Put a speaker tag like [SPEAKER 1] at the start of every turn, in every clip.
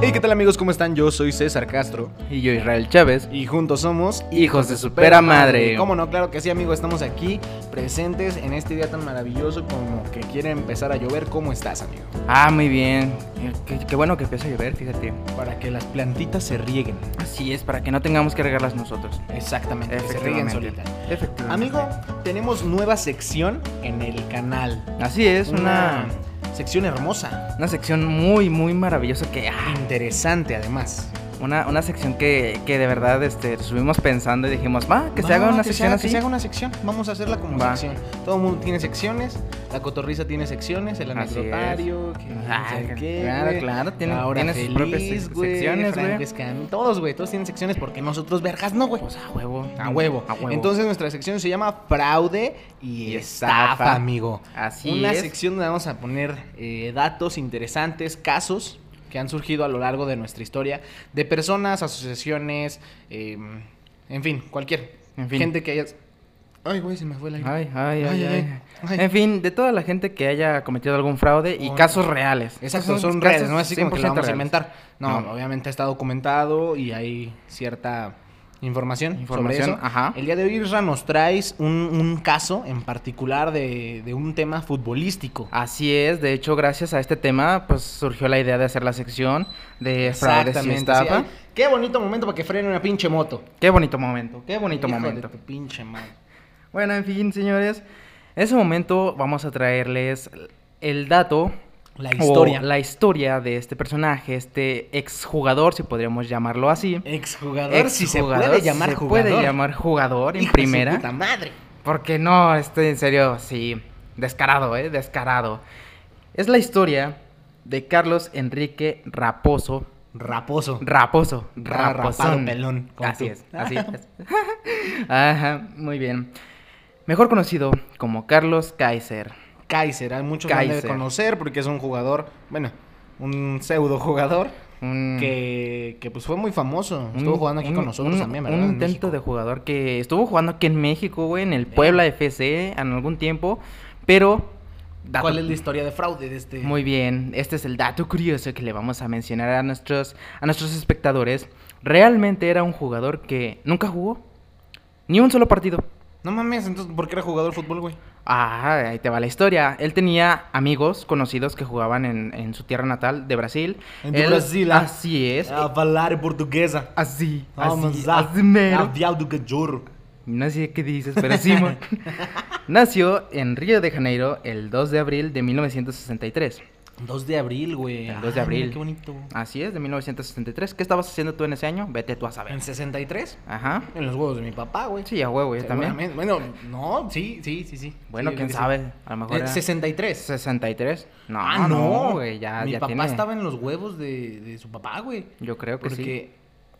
[SPEAKER 1] Hey, ¿qué tal amigos? ¿Cómo están? Yo soy César Castro
[SPEAKER 2] Y yo, Israel Chávez.
[SPEAKER 1] y juntos somos
[SPEAKER 2] Hijos de su pera madre.
[SPEAKER 1] ¿Cómo no? Claro que sí, amigos, estamos aquí presentes en este día tan maravilloso como que quiere empezar a llover. ¿Cómo estás, amigo?
[SPEAKER 2] Ah, muy bien. Eh, Qué, qué bueno que empieza a llover, fíjate.
[SPEAKER 1] Para que las plantitas se rieguen.
[SPEAKER 2] Así es, para que no tengamos que regarlas nosotros.
[SPEAKER 1] Exactamente, que se rieguen
[SPEAKER 2] Efectivamente.
[SPEAKER 1] solitas.
[SPEAKER 2] Efectivamente.
[SPEAKER 1] Amigo, tenemos nueva sección en el canal.
[SPEAKER 2] Así es, una,
[SPEAKER 1] sección hermosa,
[SPEAKER 2] una sección muy, muy maravillosa que... ah,
[SPEAKER 1] interesante además.
[SPEAKER 2] una, una sección que, que de verdad este, estuvimos pensando y dijimos, va, que se
[SPEAKER 1] Va,
[SPEAKER 2] haga una
[SPEAKER 1] que
[SPEAKER 2] sección
[SPEAKER 1] haga- Que
[SPEAKER 2] así.
[SPEAKER 1] se haga una sección. Vamos a hacerla como
[SPEAKER 2] Va.
[SPEAKER 1] sección. Todo el mundo tiene secciones. La cotorriza tiene secciones. El
[SPEAKER 2] Así es.
[SPEAKER 1] anecdotario. Que no
[SPEAKER 2] Ah,
[SPEAKER 1] sé
[SPEAKER 2] que-
[SPEAKER 1] qué,
[SPEAKER 2] claro,
[SPEAKER 1] güey.
[SPEAKER 2] claro, tienen-
[SPEAKER 1] Ahora
[SPEAKER 2] tienen sus
[SPEAKER 1] feliz,
[SPEAKER 2] propias sec-
[SPEAKER 1] güey,
[SPEAKER 2] secciones, güey.
[SPEAKER 1] Franco Escamilla, Todos, güey. Todos tienen secciones porque nosotros vergas no, güey.
[SPEAKER 2] Pues a huevo.
[SPEAKER 1] A huevo.
[SPEAKER 2] A huevo.
[SPEAKER 1] Entonces nuestra sección se llama Fraude y,
[SPEAKER 2] Y
[SPEAKER 1] estafa,
[SPEAKER 2] estafa.
[SPEAKER 1] amigo.
[SPEAKER 2] Así
[SPEAKER 1] Una
[SPEAKER 2] es.
[SPEAKER 1] sección donde vamos a poner eh, datos interesantes, casos que han surgido a lo largo de nuestra historia, de personas, asociaciones, eh, en fin, cualquier.
[SPEAKER 2] En fin.
[SPEAKER 1] Gente que hayas... Ay, güey, se me fue el aire.
[SPEAKER 2] Ay, ay, ay,
[SPEAKER 1] Ay,
[SPEAKER 2] ay,
[SPEAKER 1] ay, ay.
[SPEAKER 2] En fin, de toda la gente que haya cometido algún fraude y
[SPEAKER 1] Oh.
[SPEAKER 2] casos reales.
[SPEAKER 1] Exacto,
[SPEAKER 2] Estos
[SPEAKER 1] son
[SPEAKER 2] casos
[SPEAKER 1] redes, no es así como que lo
[SPEAKER 2] 100%
[SPEAKER 1] vamos a
[SPEAKER 2] reales.
[SPEAKER 1] inventar. No,
[SPEAKER 2] No.
[SPEAKER 1] obviamente está documentado y hay cierta información. sobre
[SPEAKER 2] Información,
[SPEAKER 1] eso.
[SPEAKER 2] ajá.
[SPEAKER 1] El día de hoy, Isra, nos traes un, un caso en particular de, de un tema futbolístico.
[SPEAKER 2] Así es, de hecho, gracias a este tema, pues surgió la idea de hacer la sección de fraudes
[SPEAKER 1] sí,
[SPEAKER 2] y estafa.
[SPEAKER 1] ay, qué bonito momento para que frene una pinche moto.
[SPEAKER 2] Qué bonito momento, qué bonito
[SPEAKER 1] Hijo de
[SPEAKER 2] momento.
[SPEAKER 1] tu pinche madre.
[SPEAKER 2] Bueno, en fin, señores, en ese momento vamos a traerles el dato.
[SPEAKER 1] Oh. La
[SPEAKER 2] o
[SPEAKER 1] historia.
[SPEAKER 2] La historia de este personaje, este exjugador, si podríamos llamarlo así.
[SPEAKER 1] Exjugador, si se
[SPEAKER 2] Exjugador,
[SPEAKER 1] puede llamar
[SPEAKER 2] se
[SPEAKER 1] jugador.
[SPEAKER 2] puede llamar jugador en
[SPEAKER 1] Hijo de su
[SPEAKER 2] primera.
[SPEAKER 1] puta madre.
[SPEAKER 2] Porque no, este en serio, sí. Descarado, ¿eh? Descarado. Es la historia de Carlos Enrique Raposo.
[SPEAKER 1] Raposo.
[SPEAKER 2] Raposo.
[SPEAKER 1] Ra- Ah, rapado
[SPEAKER 2] Raposón.
[SPEAKER 1] pelón, como
[SPEAKER 2] Así
[SPEAKER 1] tú.
[SPEAKER 2] es, así es. Ajá, muy bien. Mejor conocido como Carlos Kaiser.
[SPEAKER 1] Kaiser, hay muchos que han de
[SPEAKER 2] Kaiser.
[SPEAKER 1] conocer porque es un jugador, bueno, un pseudo jugador
[SPEAKER 2] Un-
[SPEAKER 1] que, que, pues fue muy famoso.
[SPEAKER 2] Mm. un-
[SPEAKER 1] Estuvo jugando aquí
[SPEAKER 2] un-
[SPEAKER 1] con nosotros
[SPEAKER 2] un-
[SPEAKER 1] también, ¿verdad?
[SPEAKER 2] Un
[SPEAKER 1] En
[SPEAKER 2] intento
[SPEAKER 1] México. Eh.
[SPEAKER 2] de jugador que estuvo jugando aquí en México, güey, en el Puebla FC en algún tiempo, pero... dato-
[SPEAKER 1] ¿Cuál es la historia de fraude de este?
[SPEAKER 2] Muy bien, este es el dato curioso que le vamos a mencionar a nuestros, a nuestros espectadores. Realmente era un jugador que nunca jugó ni un solo partido.
[SPEAKER 1] No mames, entonces, ¿por qué era jugador de fútbol, güey?
[SPEAKER 2] Ah, ahí te va la historia. Él tenía amigos conocidos que jugaban en, en su tierra natal de Brasil.
[SPEAKER 1] En
[SPEAKER 2] Él-
[SPEAKER 1] Brasil, ah. pues, ah,
[SPEAKER 2] Así es.
[SPEAKER 1] A falar portuguesa.
[SPEAKER 2] Así, así,
[SPEAKER 1] Vamos a
[SPEAKER 2] así mero.
[SPEAKER 1] hablar do cachorro.
[SPEAKER 2] No sé qué dices, pero sí, mon. Nació en Río de Janeiro el 2 de abril de 1963.
[SPEAKER 1] 2 de abril, güey.
[SPEAKER 2] El 2 de
[SPEAKER 1] Ay, mira
[SPEAKER 2] abril.
[SPEAKER 1] qué bonito.
[SPEAKER 2] Así es, de 1963. ¿Qué estabas haciendo tú en ese año? Vete tú a saber.
[SPEAKER 1] En 63,
[SPEAKER 2] Ajá.
[SPEAKER 1] en los huevos de mi papá, güey.
[SPEAKER 2] Sí, a huevo, yo también.
[SPEAKER 1] Seguramente. Bueno, no, sí, sí, sí, sí.
[SPEAKER 2] Bueno,
[SPEAKER 1] Sí,
[SPEAKER 2] quién
[SPEAKER 1] sí.
[SPEAKER 2] sabe. A lo mejor.
[SPEAKER 1] Eh,
[SPEAKER 2] era
[SPEAKER 1] 63.
[SPEAKER 2] 63. No,
[SPEAKER 1] ah, no,
[SPEAKER 2] güey. Ya,
[SPEAKER 1] Mi
[SPEAKER 2] ya
[SPEAKER 1] papá
[SPEAKER 2] tiene-
[SPEAKER 1] estaba en los huevos de, de su papá, güey.
[SPEAKER 2] Yo creo que
[SPEAKER 1] Porque,
[SPEAKER 2] sí.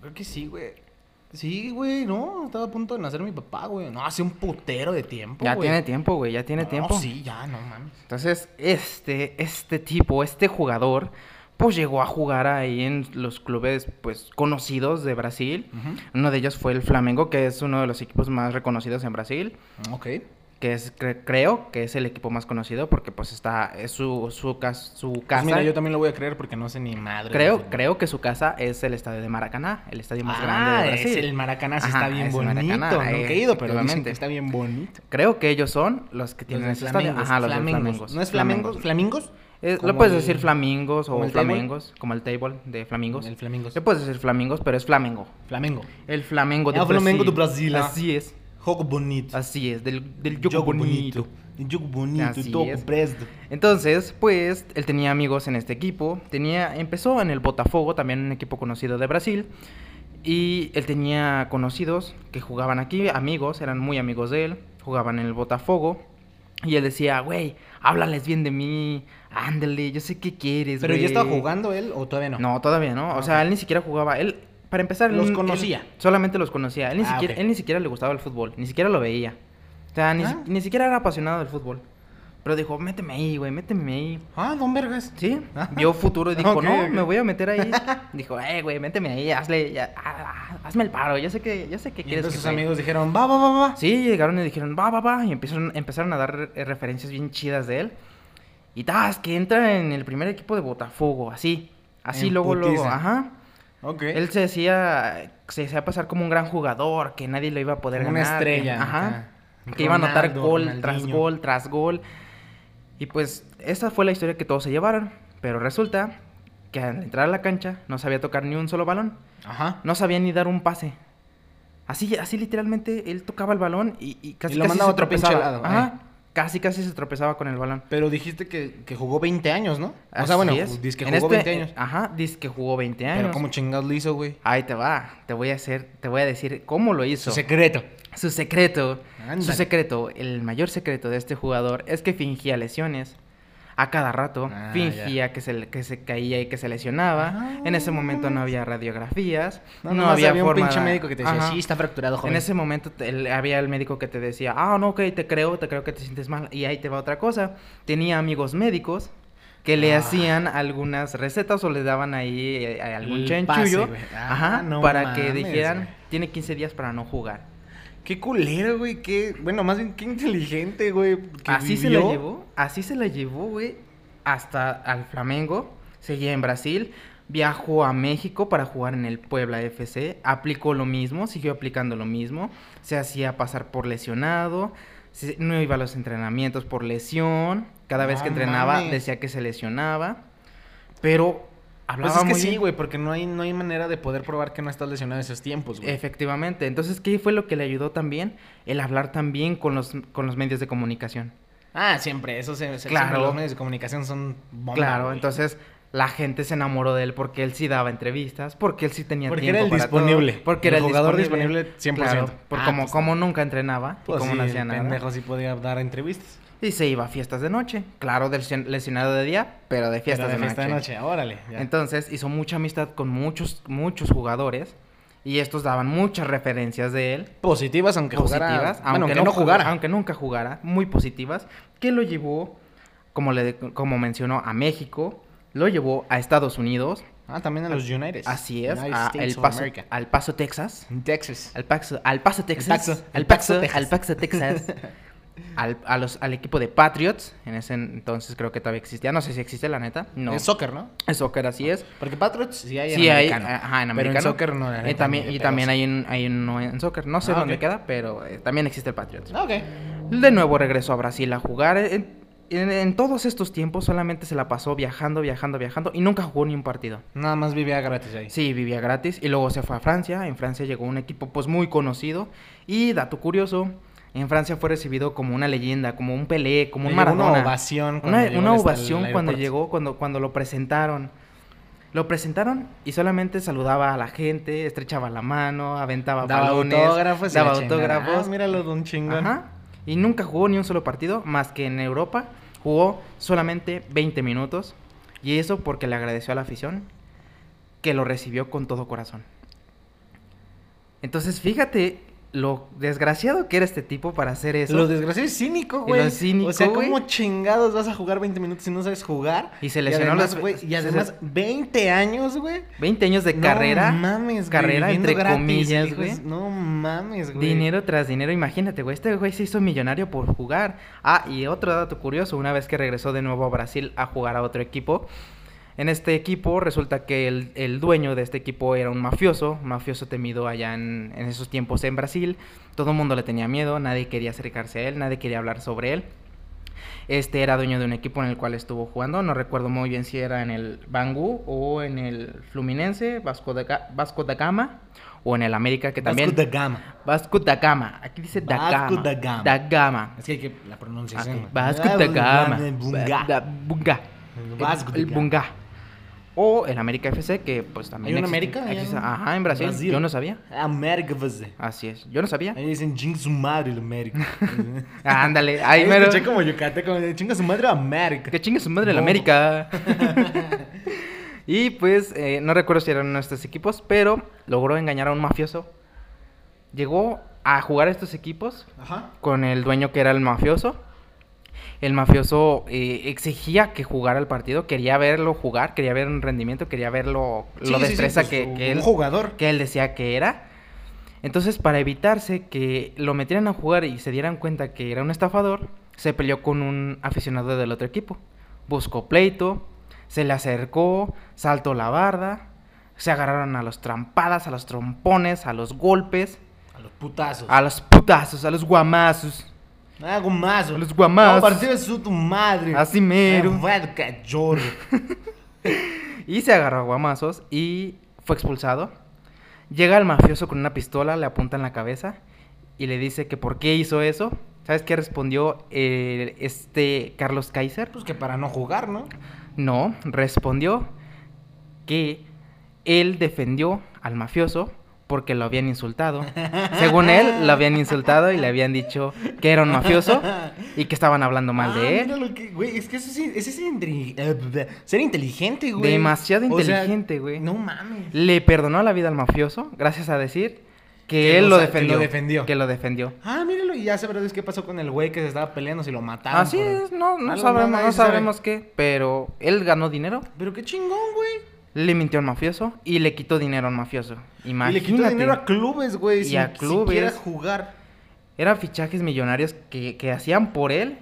[SPEAKER 1] creo que sí, güey. Sí, güey, no, estaba a punto de nacer mi papá, güey. No, hace un putero de tiempo,
[SPEAKER 2] Ya
[SPEAKER 1] güey.
[SPEAKER 2] tiene tiempo, güey. Ya tiene
[SPEAKER 1] No,
[SPEAKER 2] tiempo.
[SPEAKER 1] sí, ya, no mames.
[SPEAKER 2] Entonces, este, este tipo, este jugador, pues llegó a jugar ahí en los clubes, pues, conocidos de Brasil. Uno de ellos fue el Flamengo, que es uno de los equipos más reconocidos en Brasil.
[SPEAKER 1] Ok. Pues
[SPEAKER 2] que es cre- creo que es el equipo más conocido porque pues está es su su cas- su
[SPEAKER 1] Pues
[SPEAKER 2] casa
[SPEAKER 1] mira, yo también lo voy a creer porque no sé ni madre.
[SPEAKER 2] creo
[SPEAKER 1] de fútbol.
[SPEAKER 2] creo que su casa es el estadio de Maracaná el estadio más
[SPEAKER 1] ah,
[SPEAKER 2] grande de
[SPEAKER 1] es
[SPEAKER 2] Brasil
[SPEAKER 1] el Maracaná, sí
[SPEAKER 2] Ajá,
[SPEAKER 1] está bien
[SPEAKER 2] es el
[SPEAKER 1] bonito.
[SPEAKER 2] Maracaná,
[SPEAKER 1] no
[SPEAKER 2] eh,
[SPEAKER 1] he ido, pero dicen que
[SPEAKER 2] efectivamente.
[SPEAKER 1] está bien bonito.
[SPEAKER 2] creo que ellos son los que
[SPEAKER 1] Los
[SPEAKER 2] tienen
[SPEAKER 1] de
[SPEAKER 2] ese estadio
[SPEAKER 1] Flamingos,
[SPEAKER 2] ajá los del
[SPEAKER 1] Flamingos.
[SPEAKER 2] Flamingos
[SPEAKER 1] ¿No es Flamingos? ¿Flamingos?
[SPEAKER 2] Eh,
[SPEAKER 1] Como
[SPEAKER 2] lo puedes
[SPEAKER 1] el-
[SPEAKER 2] decir Flamingos
[SPEAKER 1] como
[SPEAKER 2] o
[SPEAKER 1] el table.
[SPEAKER 2] Flamingos como el table de Flamingos
[SPEAKER 1] El Flamingos.
[SPEAKER 2] le puedes decir Flamingos pero es Flamengo
[SPEAKER 1] Flamengo.
[SPEAKER 2] el Flamengo de
[SPEAKER 1] El
[SPEAKER 2] Brasil
[SPEAKER 1] Flamengo de Brasil, ah.
[SPEAKER 2] así es
[SPEAKER 1] Jogo bonito.
[SPEAKER 2] así es del del juego bonito.
[SPEAKER 1] Jogo bonito.
[SPEAKER 2] Así
[SPEAKER 1] Jogo
[SPEAKER 2] es.
[SPEAKER 1] presto.
[SPEAKER 2] Entonces, pues, él tenía amigos en este equipo. Tenía, empezó en el Botafogo, también un equipo conocido de Brasil. Y él tenía conocidos que jugaban aquí, amigos, eran muy amigos de él, jugaban en el Botafogo. Y él decía, güey, háblales bien de mí, ándale, yo sé qué quieres,
[SPEAKER 1] Pero ya
[SPEAKER 2] güey".
[SPEAKER 1] estaba jugando él o todavía no.
[SPEAKER 2] No, todavía no. O
[SPEAKER 1] Ah,
[SPEAKER 2] sea,
[SPEAKER 1] ok.
[SPEAKER 2] él ni siquiera jugaba. Él, para empezar, él-
[SPEAKER 1] Los
[SPEAKER 2] él
[SPEAKER 1] conocía.
[SPEAKER 2] solamente los conocía. Él ni,
[SPEAKER 1] Ah,
[SPEAKER 2] siquiera,
[SPEAKER 1] ok.
[SPEAKER 2] él ni siquiera le gustaba el fútbol, ni siquiera lo veía. O sea, ni, si-
[SPEAKER 1] Ah.
[SPEAKER 2] ni siquiera era apasionado del fútbol. Pero dijo, méteme ahí, güey, méteme ahí.
[SPEAKER 1] Ah, don Vergas.
[SPEAKER 2] Sí,
[SPEAKER 1] Ah.
[SPEAKER 2] vio futuro y dijo,
[SPEAKER 1] Ok,
[SPEAKER 2] no,
[SPEAKER 1] ok.
[SPEAKER 2] me voy a meter ahí. dijo, eh, güey, méteme ahí, hazle, ya- ah, ah, hazme el paro, yo sé que, yo sé que
[SPEAKER 1] Y
[SPEAKER 2] quieres
[SPEAKER 1] entonces sus
[SPEAKER 2] que soy".
[SPEAKER 1] amigos dijeron, va, va, va, va.
[SPEAKER 2] Sí, llegaron y dijeron, va, va, va, y empezaron, empezaron a dar eh, referencias bien chidas de él. Y tas, que entra en el primer equipo de Botafogo, así, Así
[SPEAKER 1] En
[SPEAKER 2] luego, luego,
[SPEAKER 1] putiza.
[SPEAKER 2] ajá.
[SPEAKER 1] Ok.
[SPEAKER 2] Él se decía, se decía pasar como un gran jugador, que nadie lo iba a poder
[SPEAKER 1] Como una
[SPEAKER 2] ganar. que-
[SPEAKER 1] estrella.
[SPEAKER 2] ajá.
[SPEAKER 1] acá.
[SPEAKER 2] Que iba a anotar
[SPEAKER 1] Ronaldo,
[SPEAKER 2] gol tras
[SPEAKER 1] Ronaldinho.
[SPEAKER 2] gol tras gol. Y pues esa fue la historia que todos se llevaron. Pero resulta que al entrar a la cancha no sabía tocar ni un solo balón.
[SPEAKER 1] Ajá.
[SPEAKER 2] No sabía ni dar un pase. Así, así literalmente él tocaba el balón y, y casi,
[SPEAKER 1] lo
[SPEAKER 2] casi
[SPEAKER 1] mandaba
[SPEAKER 2] se
[SPEAKER 1] a otro pinche
[SPEAKER 2] tropezaba.
[SPEAKER 1] lado, eh.
[SPEAKER 2] Ajá. Casi casi se tropezaba con el balón.
[SPEAKER 1] Pero dijiste que, que jugó 20 años, ¿no? o sea, bueno, dices que
[SPEAKER 2] En
[SPEAKER 1] jugó
[SPEAKER 2] este-
[SPEAKER 1] 20 años.
[SPEAKER 2] Ajá, dice que jugó 20 años.
[SPEAKER 1] Pero como chingados lo hizo, güey.
[SPEAKER 2] Ahí te va, te voy a hacer, te voy a decir cómo lo hizo.
[SPEAKER 1] Su secreto.
[SPEAKER 2] Su secreto, su
[SPEAKER 1] Ándale.
[SPEAKER 2] secreto, el mayor secreto de este jugador es que fingía lesiones a cada rato,
[SPEAKER 1] Ah,
[SPEAKER 2] fingía que se, le- que se caía y que se lesionaba.
[SPEAKER 1] Ah,
[SPEAKER 2] en ese
[SPEAKER 1] no
[SPEAKER 2] momento no había radiografías, no,
[SPEAKER 1] nomás
[SPEAKER 2] había, forma
[SPEAKER 1] un pinche
[SPEAKER 2] de-
[SPEAKER 1] médico que te decía,
[SPEAKER 2] Ajá.
[SPEAKER 1] sí, está fracturado, joven.
[SPEAKER 2] En ese momento te- el- había el médico que te decía, ah, no, ok, te creo, te creo que te sientes mal. Y ahí te va otra cosa. Tenía amigos médicos que le
[SPEAKER 1] Ah.
[SPEAKER 2] hacían algunas recetas o le daban ahí eh, eh, algún
[SPEAKER 1] El
[SPEAKER 2] chanchullo.
[SPEAKER 1] pase, güey. Ah,
[SPEAKER 2] ajá,
[SPEAKER 1] no
[SPEAKER 2] para que
[SPEAKER 1] mames,
[SPEAKER 2] dijeran,
[SPEAKER 1] güey.
[SPEAKER 2] tiene 15 días para no jugar.
[SPEAKER 1] Qué culero, güey. Qué... Bueno, más bien, qué inteligente, güey. que
[SPEAKER 2] Así se
[SPEAKER 1] vivió.
[SPEAKER 2] la llevó, así se la llevó, güey, hasta al Flamengo. Seguía en Brasil, viajó a México para jugar en el Puebla FC, aplicó lo mismo, siguió aplicando lo mismo, se hacía pasar por lesionado, se- no iba a los entrenamientos por lesión, cada vez
[SPEAKER 1] No
[SPEAKER 2] que entrenaba
[SPEAKER 1] mames.
[SPEAKER 2] decía que se lesionaba, pero hablaba
[SPEAKER 1] Pues es que
[SPEAKER 2] muy
[SPEAKER 1] sí,
[SPEAKER 2] bien.
[SPEAKER 1] güey, porque no hay, no hay manera de poder probar que no estás lesionado en esos tiempos, güey.
[SPEAKER 2] Efectivamente, entonces, ¿qué fue lo que le ayudó también? El hablar también con los, con los medios de comunicación.
[SPEAKER 1] Ah, siempre, eso se, se-
[SPEAKER 2] Claro.
[SPEAKER 1] siempre los medios de comunicación son bomba,
[SPEAKER 2] Claro,
[SPEAKER 1] güey.
[SPEAKER 2] entonces la gente se enamoró de él porque él sí daba entrevistas, porque él sí tenía
[SPEAKER 1] Porque
[SPEAKER 2] tiempo
[SPEAKER 1] era el
[SPEAKER 2] para todo,
[SPEAKER 1] disponible,
[SPEAKER 2] porque
[SPEAKER 1] el
[SPEAKER 2] era el
[SPEAKER 1] jugador
[SPEAKER 2] disponible,
[SPEAKER 1] disponible 100%.
[SPEAKER 2] Claro, por
[SPEAKER 1] Ah,
[SPEAKER 2] como,
[SPEAKER 1] pues,
[SPEAKER 2] como nunca entrenaba
[SPEAKER 1] Pues
[SPEAKER 2] y como
[SPEAKER 1] sí,
[SPEAKER 2] no
[SPEAKER 1] el
[SPEAKER 2] hacía nada.
[SPEAKER 1] pendejo sí podía dar entrevistas.
[SPEAKER 2] Y se iba a fiestas de noche, claro, del- lesionado de día, pero de fiestas
[SPEAKER 1] Era
[SPEAKER 2] de,
[SPEAKER 1] fiesta
[SPEAKER 2] noche.
[SPEAKER 1] de noche, órale. ya.
[SPEAKER 2] Entonces hizo mucha amistad con muchos muchos jugadores y estos daban muchas referencias de él
[SPEAKER 1] Positivas, aunque jugara.
[SPEAKER 2] positivas,
[SPEAKER 1] bueno, aunque, no
[SPEAKER 2] ju-
[SPEAKER 1] jugara.
[SPEAKER 2] aunque nunca jugara, muy positivas, que lo llevó, como, le, como mencionó, a México, lo llevó a Estados Unidos,
[SPEAKER 1] Ah, también a los United.
[SPEAKER 2] así es,
[SPEAKER 1] United
[SPEAKER 2] a
[SPEAKER 1] States
[SPEAKER 2] el
[SPEAKER 1] of
[SPEAKER 2] paso,
[SPEAKER 1] America.
[SPEAKER 2] al Paso, Texas,
[SPEAKER 1] En Texas.
[SPEAKER 2] al Paso, al Paso, Texas,
[SPEAKER 1] Paso,
[SPEAKER 2] al
[SPEAKER 1] el Paso,
[SPEAKER 2] Paso,
[SPEAKER 1] Texas.
[SPEAKER 2] al Paso, Texas, al, a los, al equipo de Patriots, en ese entonces creo que todavía existía, no sé si existe la neta, no,
[SPEAKER 1] Es soccer, ¿no?
[SPEAKER 2] es soccer, así es.
[SPEAKER 1] Porque Patriots sí hay en
[SPEAKER 2] Sí, hay, eh,
[SPEAKER 1] americano.
[SPEAKER 2] ajá, en
[SPEAKER 1] Pero
[SPEAKER 2] americano.
[SPEAKER 1] en soccer no. la
[SPEAKER 2] Y
[SPEAKER 1] neta,
[SPEAKER 2] también,
[SPEAKER 1] ni de
[SPEAKER 2] y
[SPEAKER 1] pedo,
[SPEAKER 2] también
[SPEAKER 1] sí.
[SPEAKER 2] hay, un, hay uno en soccer, no sé
[SPEAKER 1] Ah,
[SPEAKER 2] dónde
[SPEAKER 1] ok.
[SPEAKER 2] queda, pero eh, también existe el Patriots.
[SPEAKER 1] Ah, ok.
[SPEAKER 2] De nuevo regresó a Brasil a jugar. Eh, En, en- en todos estos tiempos solamente se la pasó viajando, viajando, viajando y nunca jugó ni un partido.
[SPEAKER 1] Nada más vivía gratis ahí.
[SPEAKER 2] Sí, vivía gratis y luego se fue a Francia. En Francia llegó un equipo pues muy conocido y dato curioso, en Francia fue recibido como una leyenda, como un Pelé, como
[SPEAKER 1] Le
[SPEAKER 2] un
[SPEAKER 1] llegó
[SPEAKER 2] Maradona.
[SPEAKER 1] Una ovación. cuando
[SPEAKER 2] Una,
[SPEAKER 1] llegó
[SPEAKER 2] una
[SPEAKER 1] al- al
[SPEAKER 2] ovación cuando
[SPEAKER 1] aeropuerto.
[SPEAKER 2] llegó, cuando, cuando lo presentaron. Lo presentaron y solamente saludaba a la gente, estrechaba la mano, aventaba
[SPEAKER 1] Daba
[SPEAKER 2] balones,
[SPEAKER 1] autógrafos. y
[SPEAKER 2] daba
[SPEAKER 1] la chingada.
[SPEAKER 2] autógrafos.
[SPEAKER 1] Ah, míralo, don chingón.
[SPEAKER 2] Ajá. Y nunca jugó ni un solo partido, más que en Europa jugó solamente 20 minutos. Y eso porque le agradeció a la afición que lo recibió con todo corazón. Entonces, fíjate lo desgraciado que era este tipo para hacer eso.
[SPEAKER 1] Lo desgraciado es cínico, güey.
[SPEAKER 2] Lo cínico,
[SPEAKER 1] O sea,
[SPEAKER 2] güey.
[SPEAKER 1] ¿cómo chingados vas a jugar 20 minutos si no sabes jugar?
[SPEAKER 2] Y se lesionó
[SPEAKER 1] además,
[SPEAKER 2] las-
[SPEAKER 1] güey,
[SPEAKER 2] se-
[SPEAKER 1] Y además, 20 años, güey.
[SPEAKER 2] 20 años de
[SPEAKER 1] No
[SPEAKER 2] carrera.
[SPEAKER 1] mames, güey,
[SPEAKER 2] carrera
[SPEAKER 1] viviendo
[SPEAKER 2] entre
[SPEAKER 1] gratis,
[SPEAKER 2] comillas,
[SPEAKER 1] hijos,
[SPEAKER 2] güey.
[SPEAKER 1] No mames, Pues, güey.
[SPEAKER 2] Dinero tras dinero, imagínate, güey. Este güey se hizo millonario por jugar. Ah, y otro dato curioso, una vez que regresó de nuevo a Brasil a jugar a otro equipo. En este equipo resulta que el, el dueño de este equipo era un mafioso, un mafioso temido allá en, en esos tiempos en Brasil. Todo el mundo le tenía miedo, nadie quería acercarse a él, nadie quería hablar sobre él. Este era dueño de un equipo en el cual estuvo jugando, no recuerdo muy bien si era en el Bangú o en el Fluminense, Vasco da, Ga- Vasco da Gama o en el América que también...
[SPEAKER 1] Vasco da Gama.
[SPEAKER 2] Vasco da Gama. Aquí dice da Gama.
[SPEAKER 1] Vasco da Gama.
[SPEAKER 2] Da Gama.
[SPEAKER 1] Es que hay que la pronunciación.
[SPEAKER 2] Aquí,
[SPEAKER 1] güey.
[SPEAKER 2] Ah, Vasco da Gama.
[SPEAKER 1] Bunga.
[SPEAKER 2] Ba- da- Bunga.
[SPEAKER 1] El Vasco da
[SPEAKER 2] El
[SPEAKER 1] Gama.
[SPEAKER 2] Bunga. O el América FC, que pues también.
[SPEAKER 1] ¿Hay un
[SPEAKER 2] existe-
[SPEAKER 1] América?
[SPEAKER 2] existe-
[SPEAKER 1] ¿Hay un-
[SPEAKER 2] Ajá, en Brasil.
[SPEAKER 1] Brasil.
[SPEAKER 2] Yo no sabía.
[SPEAKER 1] América, vase.
[SPEAKER 2] Así es. Yo no sabía.
[SPEAKER 1] Ahí dicen ching su madre el América.
[SPEAKER 2] Ah, Ándale. Ahí mero.
[SPEAKER 1] escuché como yucateco, como de, chinga su madre América.
[SPEAKER 2] Que chingue su madre el
[SPEAKER 1] No.
[SPEAKER 2] América. y pues, eh, no recuerdo si eran nuestros equipos, pero logró engañar a un mafioso. Llegó a jugar a estos equipos
[SPEAKER 1] Ajá.
[SPEAKER 2] con el dueño que era el mafioso. El mafioso eh, exigía que jugara el partido, quería verlo jugar, quería ver un rendimiento, quería verlo
[SPEAKER 1] Sí,
[SPEAKER 2] lo
[SPEAKER 1] sí, sí,
[SPEAKER 2] destreza
[SPEAKER 1] pues,
[SPEAKER 2] que,
[SPEAKER 1] un
[SPEAKER 2] que él,
[SPEAKER 1] jugador.
[SPEAKER 2] que él decía que era. Entonces, para evitarse que lo metieran a jugar y se dieran cuenta que era un estafador, se peleó con un aficionado del otro equipo. Buscó pleito, Se le acercó, saltó la barda, se agarraron a los trampadas, a los trompones, a los golpes,
[SPEAKER 1] A los putazos.
[SPEAKER 2] a los putazos, a los guamazos.
[SPEAKER 1] Ah, gomazo.
[SPEAKER 2] Los guamazos.
[SPEAKER 1] No, partido de su tu madre.
[SPEAKER 2] Así mero.
[SPEAKER 1] Ah, vaya cachorro.
[SPEAKER 2] Y se agarró a guamazos y fue expulsado. Llega el mafioso con una pistola, le apunta en la cabeza y le dice que por qué hizo eso. ¿Sabes qué respondió eh, este Carlos Kaiser?
[SPEAKER 1] Pues que para no jugar, ¿no?
[SPEAKER 2] No, respondió que él defendió al mafioso porque lo habían insultado. Según él, lo habían insultado y le habían dicho que era un mafioso y que estaban hablando mal
[SPEAKER 1] Ah,
[SPEAKER 2] de él.
[SPEAKER 1] mira lo que- güey, es que eso sí, ese es ser intri- eh, bleh, ser inteligente, güey.
[SPEAKER 2] Demasiado
[SPEAKER 1] O sea,
[SPEAKER 2] inteligente, güey.
[SPEAKER 1] no mames.
[SPEAKER 2] Le perdonó la vida al mafioso gracias a decir que,
[SPEAKER 1] Que
[SPEAKER 2] él
[SPEAKER 1] lo
[SPEAKER 2] lo,
[SPEAKER 1] sa- que
[SPEAKER 2] defendió,
[SPEAKER 1] lo defendió.
[SPEAKER 2] que lo defendió.
[SPEAKER 1] Ah, míralo, y ya sabrás qué pasó con el güey que se estaba peleando si lo mataron.
[SPEAKER 2] Así
[SPEAKER 1] por-
[SPEAKER 2] es, no, no
[SPEAKER 1] Algo,
[SPEAKER 2] sabremos,
[SPEAKER 1] nada,
[SPEAKER 2] no
[SPEAKER 1] nadie sabe.
[SPEAKER 2] sabremos qué, pero él ganó dinero,
[SPEAKER 1] Pero qué chingón, güey.
[SPEAKER 2] le mintió al mafioso y le quitó dinero al mafioso.
[SPEAKER 1] Y
[SPEAKER 2] Imagínate.
[SPEAKER 1] le quitó dinero a clubes, güey.
[SPEAKER 2] Y
[SPEAKER 1] sin
[SPEAKER 2] a clubes.
[SPEAKER 1] siquiera jugar.
[SPEAKER 2] Eran fichajes millonarios que, que hacían por él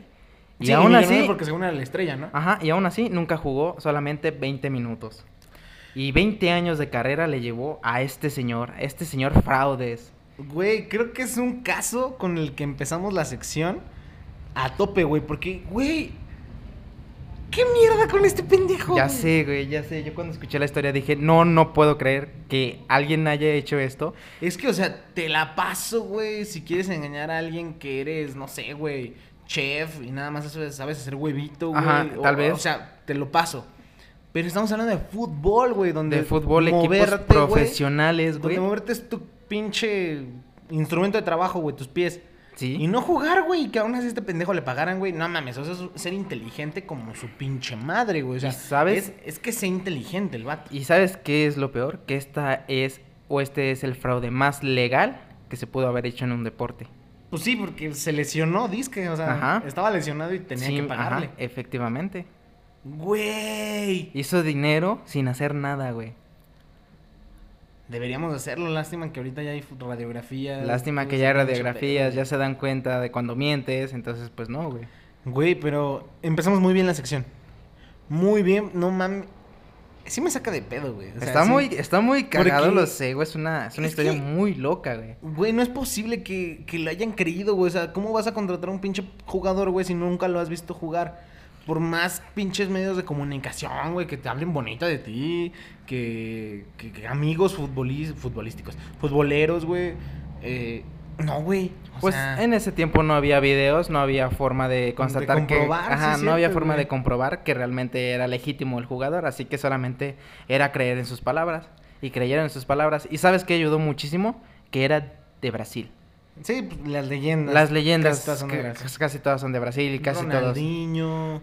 [SPEAKER 2] y
[SPEAKER 1] Sí,
[SPEAKER 2] aún
[SPEAKER 1] Millonarios
[SPEAKER 2] así, Ah.
[SPEAKER 1] Porque según era la estrella, ¿no?
[SPEAKER 2] ajá, y aún así nunca jugó solamente 20 minutos. Y 20 años de carrera le llevó a este señor, a este señor fraudes.
[SPEAKER 1] Güey, creo que es un caso con el que empezamos la sección a tope, güey. Porque, güey. ¿Qué mierda con este pendejo?
[SPEAKER 2] Ya
[SPEAKER 1] güey?
[SPEAKER 2] sé, güey, ya sé. Yo cuando escuché la historia dije, no, no puedo creer que alguien haya hecho esto.
[SPEAKER 1] Es que, o sea, te la paso, güey. Si quieres engañar a alguien que eres, no sé, güey, chef y nada más eso de sabes hacer huevito, güey.
[SPEAKER 2] Ajá,
[SPEAKER 1] o-
[SPEAKER 2] tal vez.
[SPEAKER 1] O sea, te lo paso. Pero estamos hablando de fútbol, güey, donde
[SPEAKER 2] De fútbol, equipos
[SPEAKER 1] moverte, güey,
[SPEAKER 2] profesionales,
[SPEAKER 1] Donde
[SPEAKER 2] güey.
[SPEAKER 1] moverte es tu pinche instrumento de trabajo, güey, tus pies. Y
[SPEAKER 2] Sí.
[SPEAKER 1] no jugar, güey, y que aún así este pendejo le pagaran, güey. No mames, o sea, es ser inteligente como su pinche madre, güey. O sea,
[SPEAKER 2] ¿Y sabes?
[SPEAKER 1] Es, es que sea inteligente el vato.
[SPEAKER 2] ¿Y sabes qué es lo peor? Que esta es, o este es el fraude más legal que se pudo haber hecho en un deporte.
[SPEAKER 1] Pues sí, porque se lesionó Disque, o sea,
[SPEAKER 2] Ajá.
[SPEAKER 1] estaba lesionado y tenía
[SPEAKER 2] Sí,
[SPEAKER 1] que
[SPEAKER 2] ajá,
[SPEAKER 1] pagarle.
[SPEAKER 2] efectivamente.
[SPEAKER 1] Güey.
[SPEAKER 2] Hizo dinero sin hacer nada, güey.
[SPEAKER 1] Deberíamos hacerlo, lástima que ahorita ya hay fut- radiografías.
[SPEAKER 2] Lástima
[SPEAKER 1] todo
[SPEAKER 2] que
[SPEAKER 1] ese
[SPEAKER 2] ya hay
[SPEAKER 1] pinche
[SPEAKER 2] radiografías,
[SPEAKER 1] pedo,
[SPEAKER 2] ya se dan cuenta de cuando mientes, entonces pues no, güey.
[SPEAKER 1] güey. Güey, pero empezamos muy bien la sección. Muy bien, no mames. Sí me saca de pedo, güey. o sea,
[SPEAKER 2] está
[SPEAKER 1] sí-
[SPEAKER 2] muy, está muy cagado,
[SPEAKER 1] Porque-
[SPEAKER 2] lo sé, güey. Es una, es una
[SPEAKER 1] Es
[SPEAKER 2] historia
[SPEAKER 1] que-
[SPEAKER 2] muy loca, güey.
[SPEAKER 1] Güey, no es posible que, que lo hayan creído, güey. O sea, ¿cómo vas a contratar a un pinche jugador, güey, si nunca lo has visto jugar? Por más pinches medios de comunicación, güey, que te hablen bonita de ti, que, que- que amigos futbolis- futbolísticos, futboleros, güey. Eh, no, güey. o
[SPEAKER 2] Pues
[SPEAKER 1] sea,
[SPEAKER 2] en ese tiempo no había videos, no había forma de constatar que
[SPEAKER 1] comprobar, sí
[SPEAKER 2] ajá,
[SPEAKER 1] es
[SPEAKER 2] no había
[SPEAKER 1] cierto,
[SPEAKER 2] forma
[SPEAKER 1] güey.
[SPEAKER 2] de comprobar que realmente era legítimo el jugador, así que solamente era creer en sus palabras y creyeron en sus palabras y sabes que ayudó muchísimo que era de Brasil.
[SPEAKER 1] sí, pues, las leyendas.
[SPEAKER 2] Las leyendas
[SPEAKER 1] casi todas son de
[SPEAKER 2] que-
[SPEAKER 1] Brasil.
[SPEAKER 2] casi, todas son de Brasil y casi todos
[SPEAKER 1] Ronaldinho,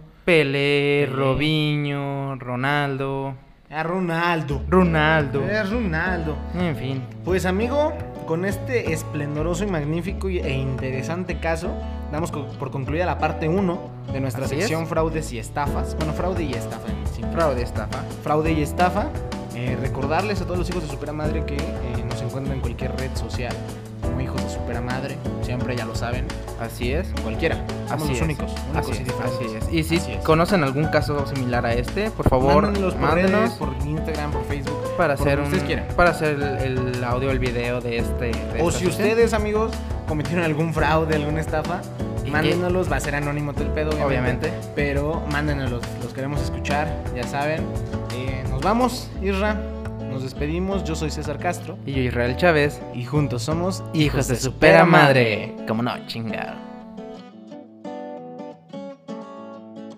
[SPEAKER 1] Pelé.
[SPEAKER 2] Pelé, Robinho, Ronaldo,
[SPEAKER 1] a eh, Ronaldo.
[SPEAKER 2] Ronaldo.
[SPEAKER 1] Es Ronaldo.
[SPEAKER 2] En fin,
[SPEAKER 1] Pues amigo, con este esplendoroso y magnífico y- e interesante caso, damos co- por concluida la parte 1 de nuestra
[SPEAKER 2] Así
[SPEAKER 1] sección
[SPEAKER 2] es.
[SPEAKER 1] fraudes y estafas. Bueno, fraude y estafa, en sí.
[SPEAKER 2] fraude, estafa.
[SPEAKER 1] fraude y estafa. Eh, recordarles a todos los hijos de Supera Madre que eh, nos encuentran en cualquier red social como hijos de Supera Madre, siempre ya lo saben,
[SPEAKER 2] Así es.
[SPEAKER 1] cualquiera. Somos
[SPEAKER 2] Así
[SPEAKER 1] los
[SPEAKER 2] es,
[SPEAKER 1] únicos, únicos
[SPEAKER 2] Así
[SPEAKER 1] y
[SPEAKER 2] es, así
[SPEAKER 1] diferentes.
[SPEAKER 2] es. Y si
[SPEAKER 1] Así es.
[SPEAKER 2] conocen algún caso similar a este, por favor,
[SPEAKER 1] Mándenlos por redes,
[SPEAKER 2] mándenos
[SPEAKER 1] por Instagram, por Facebook.
[SPEAKER 2] para
[SPEAKER 1] por
[SPEAKER 2] hacer
[SPEAKER 1] donde
[SPEAKER 2] un,
[SPEAKER 1] ustedes quieran.
[SPEAKER 2] para hacer el, el audio, el video de este. de
[SPEAKER 1] O si
[SPEAKER 2] esta sesión.
[SPEAKER 1] ustedes, amigos, cometieron algún fraude, alguna estafa,
[SPEAKER 2] Y-
[SPEAKER 1] mándenoslos. Va a ser anónimo todo el pedo, obviamente.
[SPEAKER 2] obviamente,
[SPEAKER 1] Pero mándenoslos, los queremos escuchar, ya saben. Eh, nos vamos, Isra. Nos despedimos. Yo soy César Castro.
[SPEAKER 2] y yo Israel Chávez,
[SPEAKER 1] Y juntos somos
[SPEAKER 2] hijos de supera madre, como no chingado.